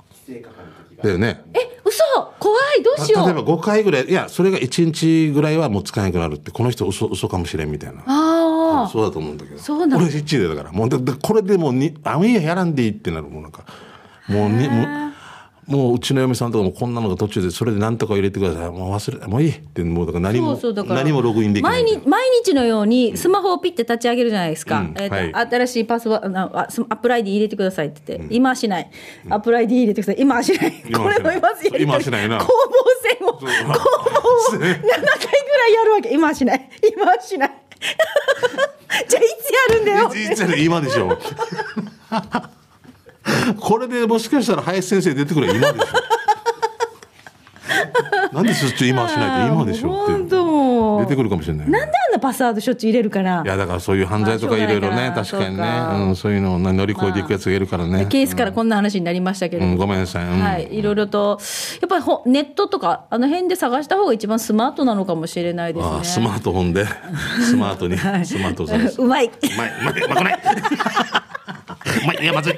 Speaker 2: だよね
Speaker 1: え、嘘怖いどう
Speaker 2: た
Speaker 1: しよ
Speaker 2: 例え
Speaker 1: う
Speaker 2: ば5回ぐらいいやそれが1日ぐらいはもう使えなくなるってこの人嘘嘘かもしれんみたいな
Speaker 1: ああ。
Speaker 2: そうだと思うんだけど
Speaker 1: そうなの
Speaker 2: 俺1位でだからもうだだこれでもうにあいいややらんでいいってなるもうなんかもうにもうもううちの嫁さんとかもこんなのが途中でそれで何とか入れてくださいもう忘れもういいってもうだから何
Speaker 1: そ
Speaker 2: も
Speaker 1: うそうだから
Speaker 2: 何もログインできない
Speaker 1: 毎日毎日のようにスマホをピッて立ち上げるじゃないですか、
Speaker 2: うん
Speaker 1: えーと
Speaker 2: はい
Speaker 1: 新しいパスワードああスアップル ID 入れてくださいって言って、今はしないアップル ID 入れてください今はしない
Speaker 2: 今
Speaker 1: こ
Speaker 2: は
Speaker 1: れ
Speaker 2: し
Speaker 1: も
Speaker 2: な
Speaker 1: 今
Speaker 2: い
Speaker 1: はしない
Speaker 2: 今はしないな
Speaker 1: 攻防戦を攻防を7回ぐらいやるわけ今はしない今はしない じゃあいつやるんだよ
Speaker 2: いつやる今でしょこれでもしかしたら林先生出てくる今でしょなんでそっち今はしないと今でしょ
Speaker 1: 本
Speaker 2: って
Speaker 1: 当もう
Speaker 2: 出てくるかもしれないよね
Speaker 1: なんであんなパスワードしょっちゅう入れるかない
Speaker 2: やだからそういう犯罪とかいろいろね
Speaker 1: まあ
Speaker 2: 確
Speaker 1: しょうが
Speaker 2: か
Speaker 1: ないか
Speaker 2: にね
Speaker 1: らそうか
Speaker 2: うん、そういうのを乗り越えていくやつがいるからね、
Speaker 1: ケースからこんな話になりましたけれど
Speaker 2: う
Speaker 1: も、
Speaker 2: ん、ごめんなさい、うん
Speaker 1: はい、いろいろと、やっぱりほネットとか、あの辺で探した方が一番スマートなのかもしれないです
Speaker 2: あ
Speaker 1: ね。
Speaker 2: あスマートフォ ンでスマートに、スマートフォンです
Speaker 1: うまい。
Speaker 2: うまいうまいうまくないうまいいやまずい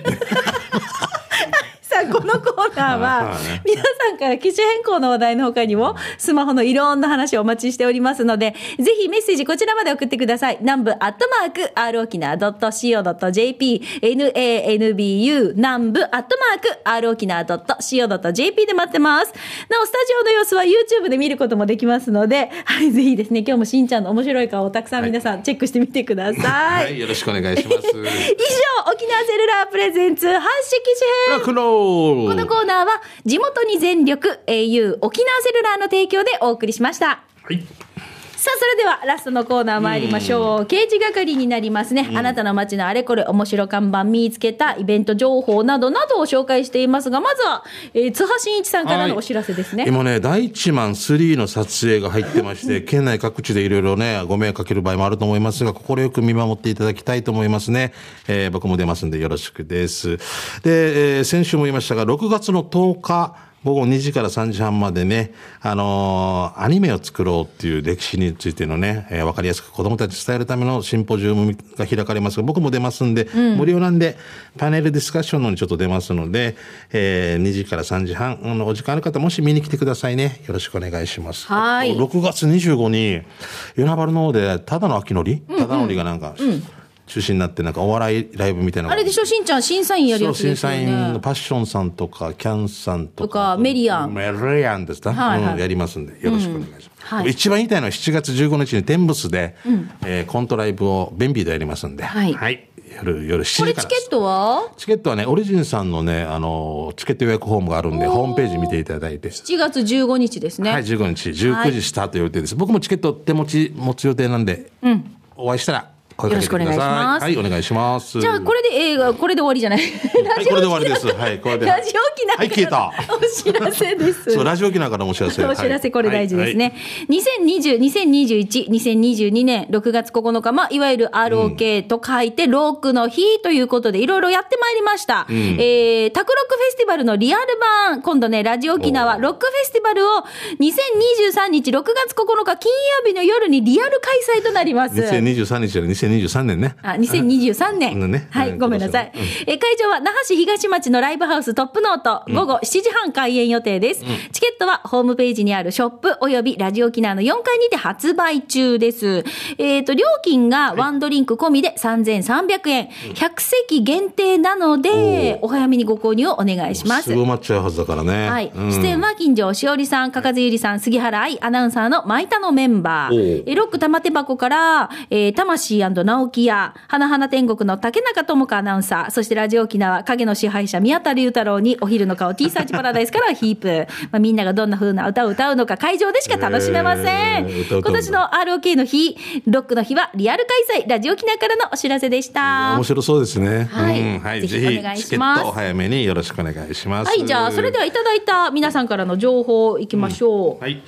Speaker 1: さあ、このコーナーは
Speaker 2: あーね、
Speaker 1: 皆さんから機種変更の話題の他にも、スマホのいろんな話をお待ちしておりますので、ぜひメッセージこちらまで送ってください。南部アットマーク、r 沖縄 .co.jp、nanbu、南部アットマーク、r 沖縄 .co.jp で待ってます。なお、スタジオの様子は YouTube で見ることもできますので、はい、ぜひですね、今日もしんちゃんの面白い顔をたくさん皆さんチェックしてみてくださ。
Speaker 2: はいいよろしくお願いします
Speaker 1: 以上、沖縄セルラープレゼンツ、発式紙編
Speaker 2: ラクロ
Speaker 1: このコーナーは地元に全力 au 沖縄セルラーの提供でお送りしました。
Speaker 2: はい
Speaker 1: さあ、それではラストのコーナー参りましょう。刑事係になりますね。あなたの街のあれこれ面白看板見つけたイベント情報などなどを紹介していますが、まずは、えー津波真一さんからのお知らせですね。
Speaker 2: 今ね、第一マン3の撮影が入って まして、県内各地でいろいろね、ご迷惑かける場合もあると思いますが、心よく見守っていただきたいと思いますね。えー僕も出ますんでよろしくです。で、えー先週も言いましたが、6月の10日、午後2時から3時半までね、あのーアニメを作ろうっていう歴史についてのね、えーわかりやすく子供たちに伝えるためのシンポジウムが開かれますが、僕も出ますんで、無料なんで、パネルディスカッションの方にちょっと出ますので、えー2時から3時半のお時間ある方、もし見に来てくださいね。よろしくお願いします。
Speaker 1: はい
Speaker 2: 6月25日、与那原の方で、ただの秋のり、ただのりがなんか、中心になって、なんかお笑いライブみたいなの
Speaker 1: あ
Speaker 2: が
Speaker 1: れでしょしんちゃん審査員やる
Speaker 2: そ
Speaker 1: や
Speaker 2: う
Speaker 1: つで
Speaker 2: 審
Speaker 1: すよ
Speaker 2: 査
Speaker 1: ね
Speaker 2: 員のパッションさんとかキャンさんとか
Speaker 1: とかメリアン
Speaker 2: メリアンですか、
Speaker 1: はいはい
Speaker 2: うんやりますんでよろしくお願いします、
Speaker 1: うんはい
Speaker 2: 一番言いたいのは7月15日にテンブスで、えーコントライブをベンビーでやりますんで、
Speaker 1: はい
Speaker 2: 夜夜7時
Speaker 1: こ
Speaker 2: から
Speaker 1: れ
Speaker 2: で
Speaker 1: チ
Speaker 2: す
Speaker 1: ケットは
Speaker 2: チケットはねオリジンさんのねあのチケット予約フォームがあるんで
Speaker 1: おー
Speaker 2: ホームページ見ていただいて
Speaker 1: 7月15日ですね、
Speaker 2: はい、15日、19時スタート予定です。僕もチケット手持ち、持つ予定なんで、お会いしたら声かけてください。
Speaker 1: よろしくお願いします
Speaker 2: はい、お願いします。
Speaker 1: じゃあこれで映画これで終わりじゃない
Speaker 2: は
Speaker 1: ラ
Speaker 2: い、
Speaker 1: ジ
Speaker 2: こ
Speaker 1: オ
Speaker 2: れで終わりです。はい、これで。
Speaker 1: ラジオ機な
Speaker 2: はい、消えた。
Speaker 1: お知らせです
Speaker 2: そう、ラジオ機ながらのお知らせ。
Speaker 1: お知ら
Speaker 2: は
Speaker 1: せ
Speaker 2: い
Speaker 1: これ大事ですね。。2020、2021、2022年6月9日、まあ、いわゆる ROK と書いて、ロークの日ということで、いろいろやってまいりました。えー、タクロックフェスティバルのリアル版、今度ね、ラジオ沖縄
Speaker 2: おー
Speaker 1: ロックフェスティバルを2023日、6月9日金曜日の夜にリアル開催となります。
Speaker 2: はい2023日より2023年ね。
Speaker 1: あ、2023年。
Speaker 2: ね
Speaker 1: は
Speaker 2: う
Speaker 1: い、
Speaker 2: ん
Speaker 1: ごめんなさい。え、会場は那覇市東町のライブハウストップノート、午後7時半開演予定です。チケットはホームページにあるショップおよびラジオ沖縄の4階にて発売中です。えっ、と、料金がワンドリンク込みで3300円、100席限定なので、お早めにご購入をお願いします
Speaker 2: す。ぐ埋まっちゃうはずだからね。
Speaker 1: はい、
Speaker 2: うん
Speaker 1: 出演は金城しおりさん、かかずゆりさん、杉原愛アナウンサーの舞田のメンバー
Speaker 2: お、う
Speaker 1: えロック玉手箱から、えー、魂直樹や、花々天国の竹中智香アナウンサー、そしてラジオ沖縄、影の支配者、宮田龍太郎に、お昼の顔、T サーチパラダイスからヒープ、 まあ、みんながどんな風な歌を歌うのか、会場でしか楽しめません。
Speaker 2: えー歌う歌う
Speaker 1: 今年の ROK の日、ロックの日はリアル開催、ラジオ沖縄からのお知らせでした。
Speaker 2: 面白そうですね。
Speaker 1: はい
Speaker 2: うんはい、
Speaker 1: ぜ
Speaker 2: ぜ
Speaker 1: ひお願い
Speaker 2: ひ、
Speaker 1: します
Speaker 2: チケットお早めによろしくお願いします。
Speaker 1: はい、じゃあ、それではいただいた皆さんからの情報いきましょう。
Speaker 2: はい。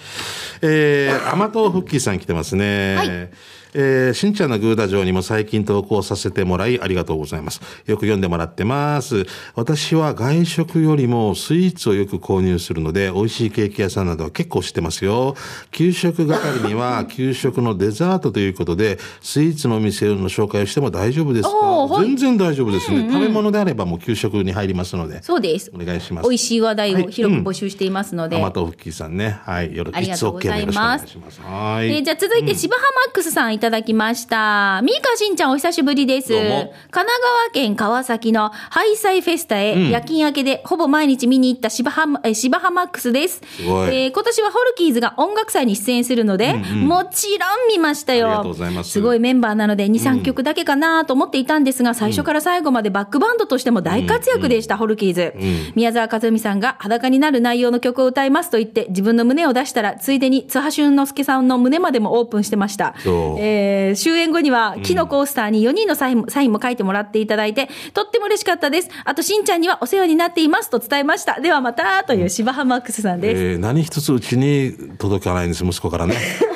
Speaker 2: えー、甘党フッキーさん来てますね。
Speaker 1: はい
Speaker 2: えーしんちゃんのグーダ城にも最近投稿させてもらいありがとうございます。よく読んでもらってます。私は外食よりもスイーツをよく購入するので、美味しいケーキ屋さんなどは結構知ってますよ。給食係 には給食のデザートということで、スイーツのお店の紹介をしても大丈夫ですか、
Speaker 1: おーはい
Speaker 2: 全然大丈夫ですね、食べ物であればもう給食に入りますので、
Speaker 1: そうです
Speaker 2: お。願いします。
Speaker 1: 美味しい話題
Speaker 2: はい
Speaker 1: を広く募集していますので。
Speaker 2: アマトフキーさんね。はい。よろ
Speaker 1: ありがとうございます
Speaker 2: いつ OK よろしくお願いします。は
Speaker 1: え
Speaker 2: い。
Speaker 1: ーじゃあ続いて、柴浜マックスさんいただきました。ミーカしんちゃんお久しぶりです。
Speaker 2: どう
Speaker 1: 神
Speaker 2: も
Speaker 1: 奈川県川崎のハイサイフェスタへ夜勤明けでほぼ毎日見に行った柴浜、えー柴浜マックスです。
Speaker 2: ごい
Speaker 1: えー今年はホルキーズが音楽祭に出演するので、もちろん見ましたよ。
Speaker 2: ありがとうございます
Speaker 1: ごいメンバーなので2、3曲だけかなと思っていたんですが、最初から最後までバックバンドとしても大活躍でした、ホルキーズ。宮沢和美さんが裸になる内容の曲を歌いますと言って、自分の胸を出したら、ついでに津波俊之介さんの胸までもオープンしてました。
Speaker 2: そう
Speaker 1: えー終演後には、木のコースターに4人のサインサインも書いてもらっていただいて、とっても嬉しかったです。あと、しんちゃんにはお世話になっていますと伝えました。ではまた、という柴浜マックスさんです。
Speaker 2: えー何一つうちに届かないんです、息子からね。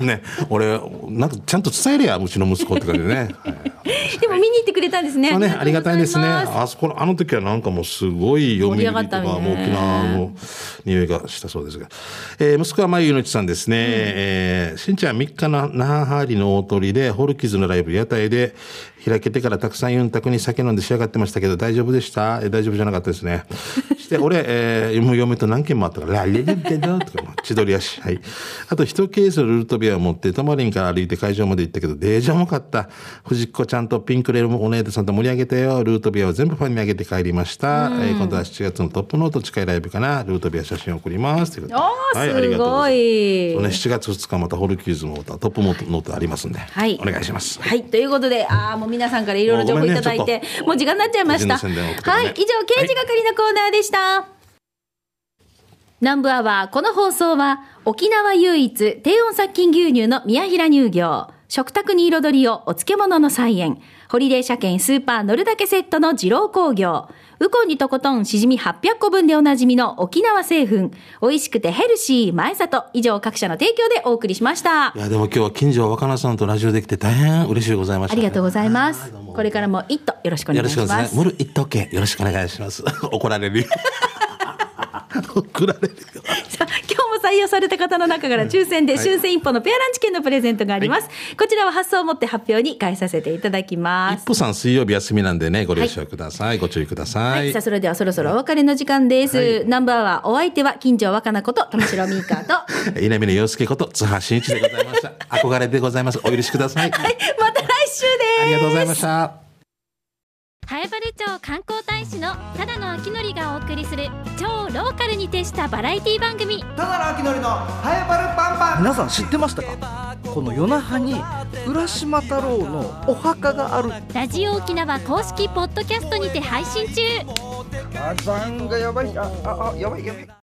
Speaker 2: ね、俺、なんかちゃんと伝えりゃ、うちの息子って感じでね。はい
Speaker 1: でも見に行ってくれたんですね。
Speaker 2: まあね、ありがたいですね。
Speaker 1: ありがとうございます
Speaker 2: あそこの、あの時はなんかもうすごい読
Speaker 1: 盛り
Speaker 2: み
Speaker 1: 上が
Speaker 2: 入
Speaker 1: っ
Speaker 2: りと
Speaker 1: たみ
Speaker 2: か、
Speaker 1: たいね
Speaker 2: もう沖縄の匂いがしたそうですが。えー息子はまゆのちさんですね。えーしんちゃん3日の那覇ハーリの大鳥で、ホルキズのライブ屋台で開けてからたくさんユンタクに酒飲んで仕上がってましたけど、大丈夫でしたえー大丈夫じゃなかったですね。して、俺、えー、も う嫁と何件もあったから、ラリリリリとか、千鳥足。はい。あと、一ケースのルートビアを持って、タマリンから歩いて会場まで行ったけど、デージャもかった。藤子ちゃんとピンクレールもお姉さんと盛り上げたよ。ルートビアを全部ファンにあげて帰りました。えー今度は7月のトップノート近いライブかな。ルートビア写真を送ります。ということ
Speaker 1: お
Speaker 2: で
Speaker 1: ー
Speaker 2: はい
Speaker 1: すごい
Speaker 2: ありがとうございますそうね、7月2日またホルキューズの歌、トップノートノートありますんで、
Speaker 1: はい
Speaker 2: お願いします。
Speaker 1: はい、ということで、ああ、もう皆さんからいろいろ情報いただい
Speaker 2: もうご
Speaker 1: て
Speaker 2: めんねちょっ、と
Speaker 1: もう時間になっちゃいました。
Speaker 2: 個人の宣伝を送ってね
Speaker 1: はい、以上、刑事係のコーナーでした。南部アワー、この放送は、沖縄唯一低温殺菌牛乳の宮平乳業、食卓に彩りをお漬物の菜園、ホリデー車検スーパー乗るだけセットの二郎工業、ウコンにとことんしじみ800個分でおなじみの沖縄製粉、美味しくてヘルシー前里、以上各社の提供でお送りしました
Speaker 2: い。や、でも今日は近所若菜さんとラジオできて大変嬉しいございまし
Speaker 1: あ
Speaker 2: た。
Speaker 1: りがとうございます
Speaker 2: あーどう。も
Speaker 1: これからも一途よろしくお
Speaker 2: よ
Speaker 1: 願
Speaker 2: ろ
Speaker 1: い
Speaker 2: し
Speaker 1: し
Speaker 2: くお願いし
Speaker 1: ま
Speaker 2: ます す。。無理言っとけ。よろしくお願いします。怒られるよ。送られるよ。
Speaker 1: さあ今日も採用された方の中から抽選で、春戦一歩のペアランチ券のプレゼントがあります。こちらは発送をもって発表に返させていただきま
Speaker 2: 一
Speaker 1: す。
Speaker 2: 歩さん水曜日休みなんでね、ご了承ください。ご注意くださ。
Speaker 1: はいい、さあそれではそろそろお別れの時間です。
Speaker 2: はい
Speaker 1: ナンバーワンお相手は金城若菜こと玉城ミーカーと。は
Speaker 2: 稲見の洋介こと津波真一でございました。憧れでございます。お許しくださ い。
Speaker 1: い、また来週です。
Speaker 2: ありがとうございました。
Speaker 3: ハエバレ町観光大使のただの秋のりがお送りする超ローカルに徹したバラエティ番組
Speaker 4: 田原明典のハエバルパンパン
Speaker 5: 皆さん知ってましたかこの夜那覇に浦島太郎のお墓がある
Speaker 3: ラジオ沖縄公式ポッドキャストにて配信中
Speaker 4: 火山がやばいあああやばいやばい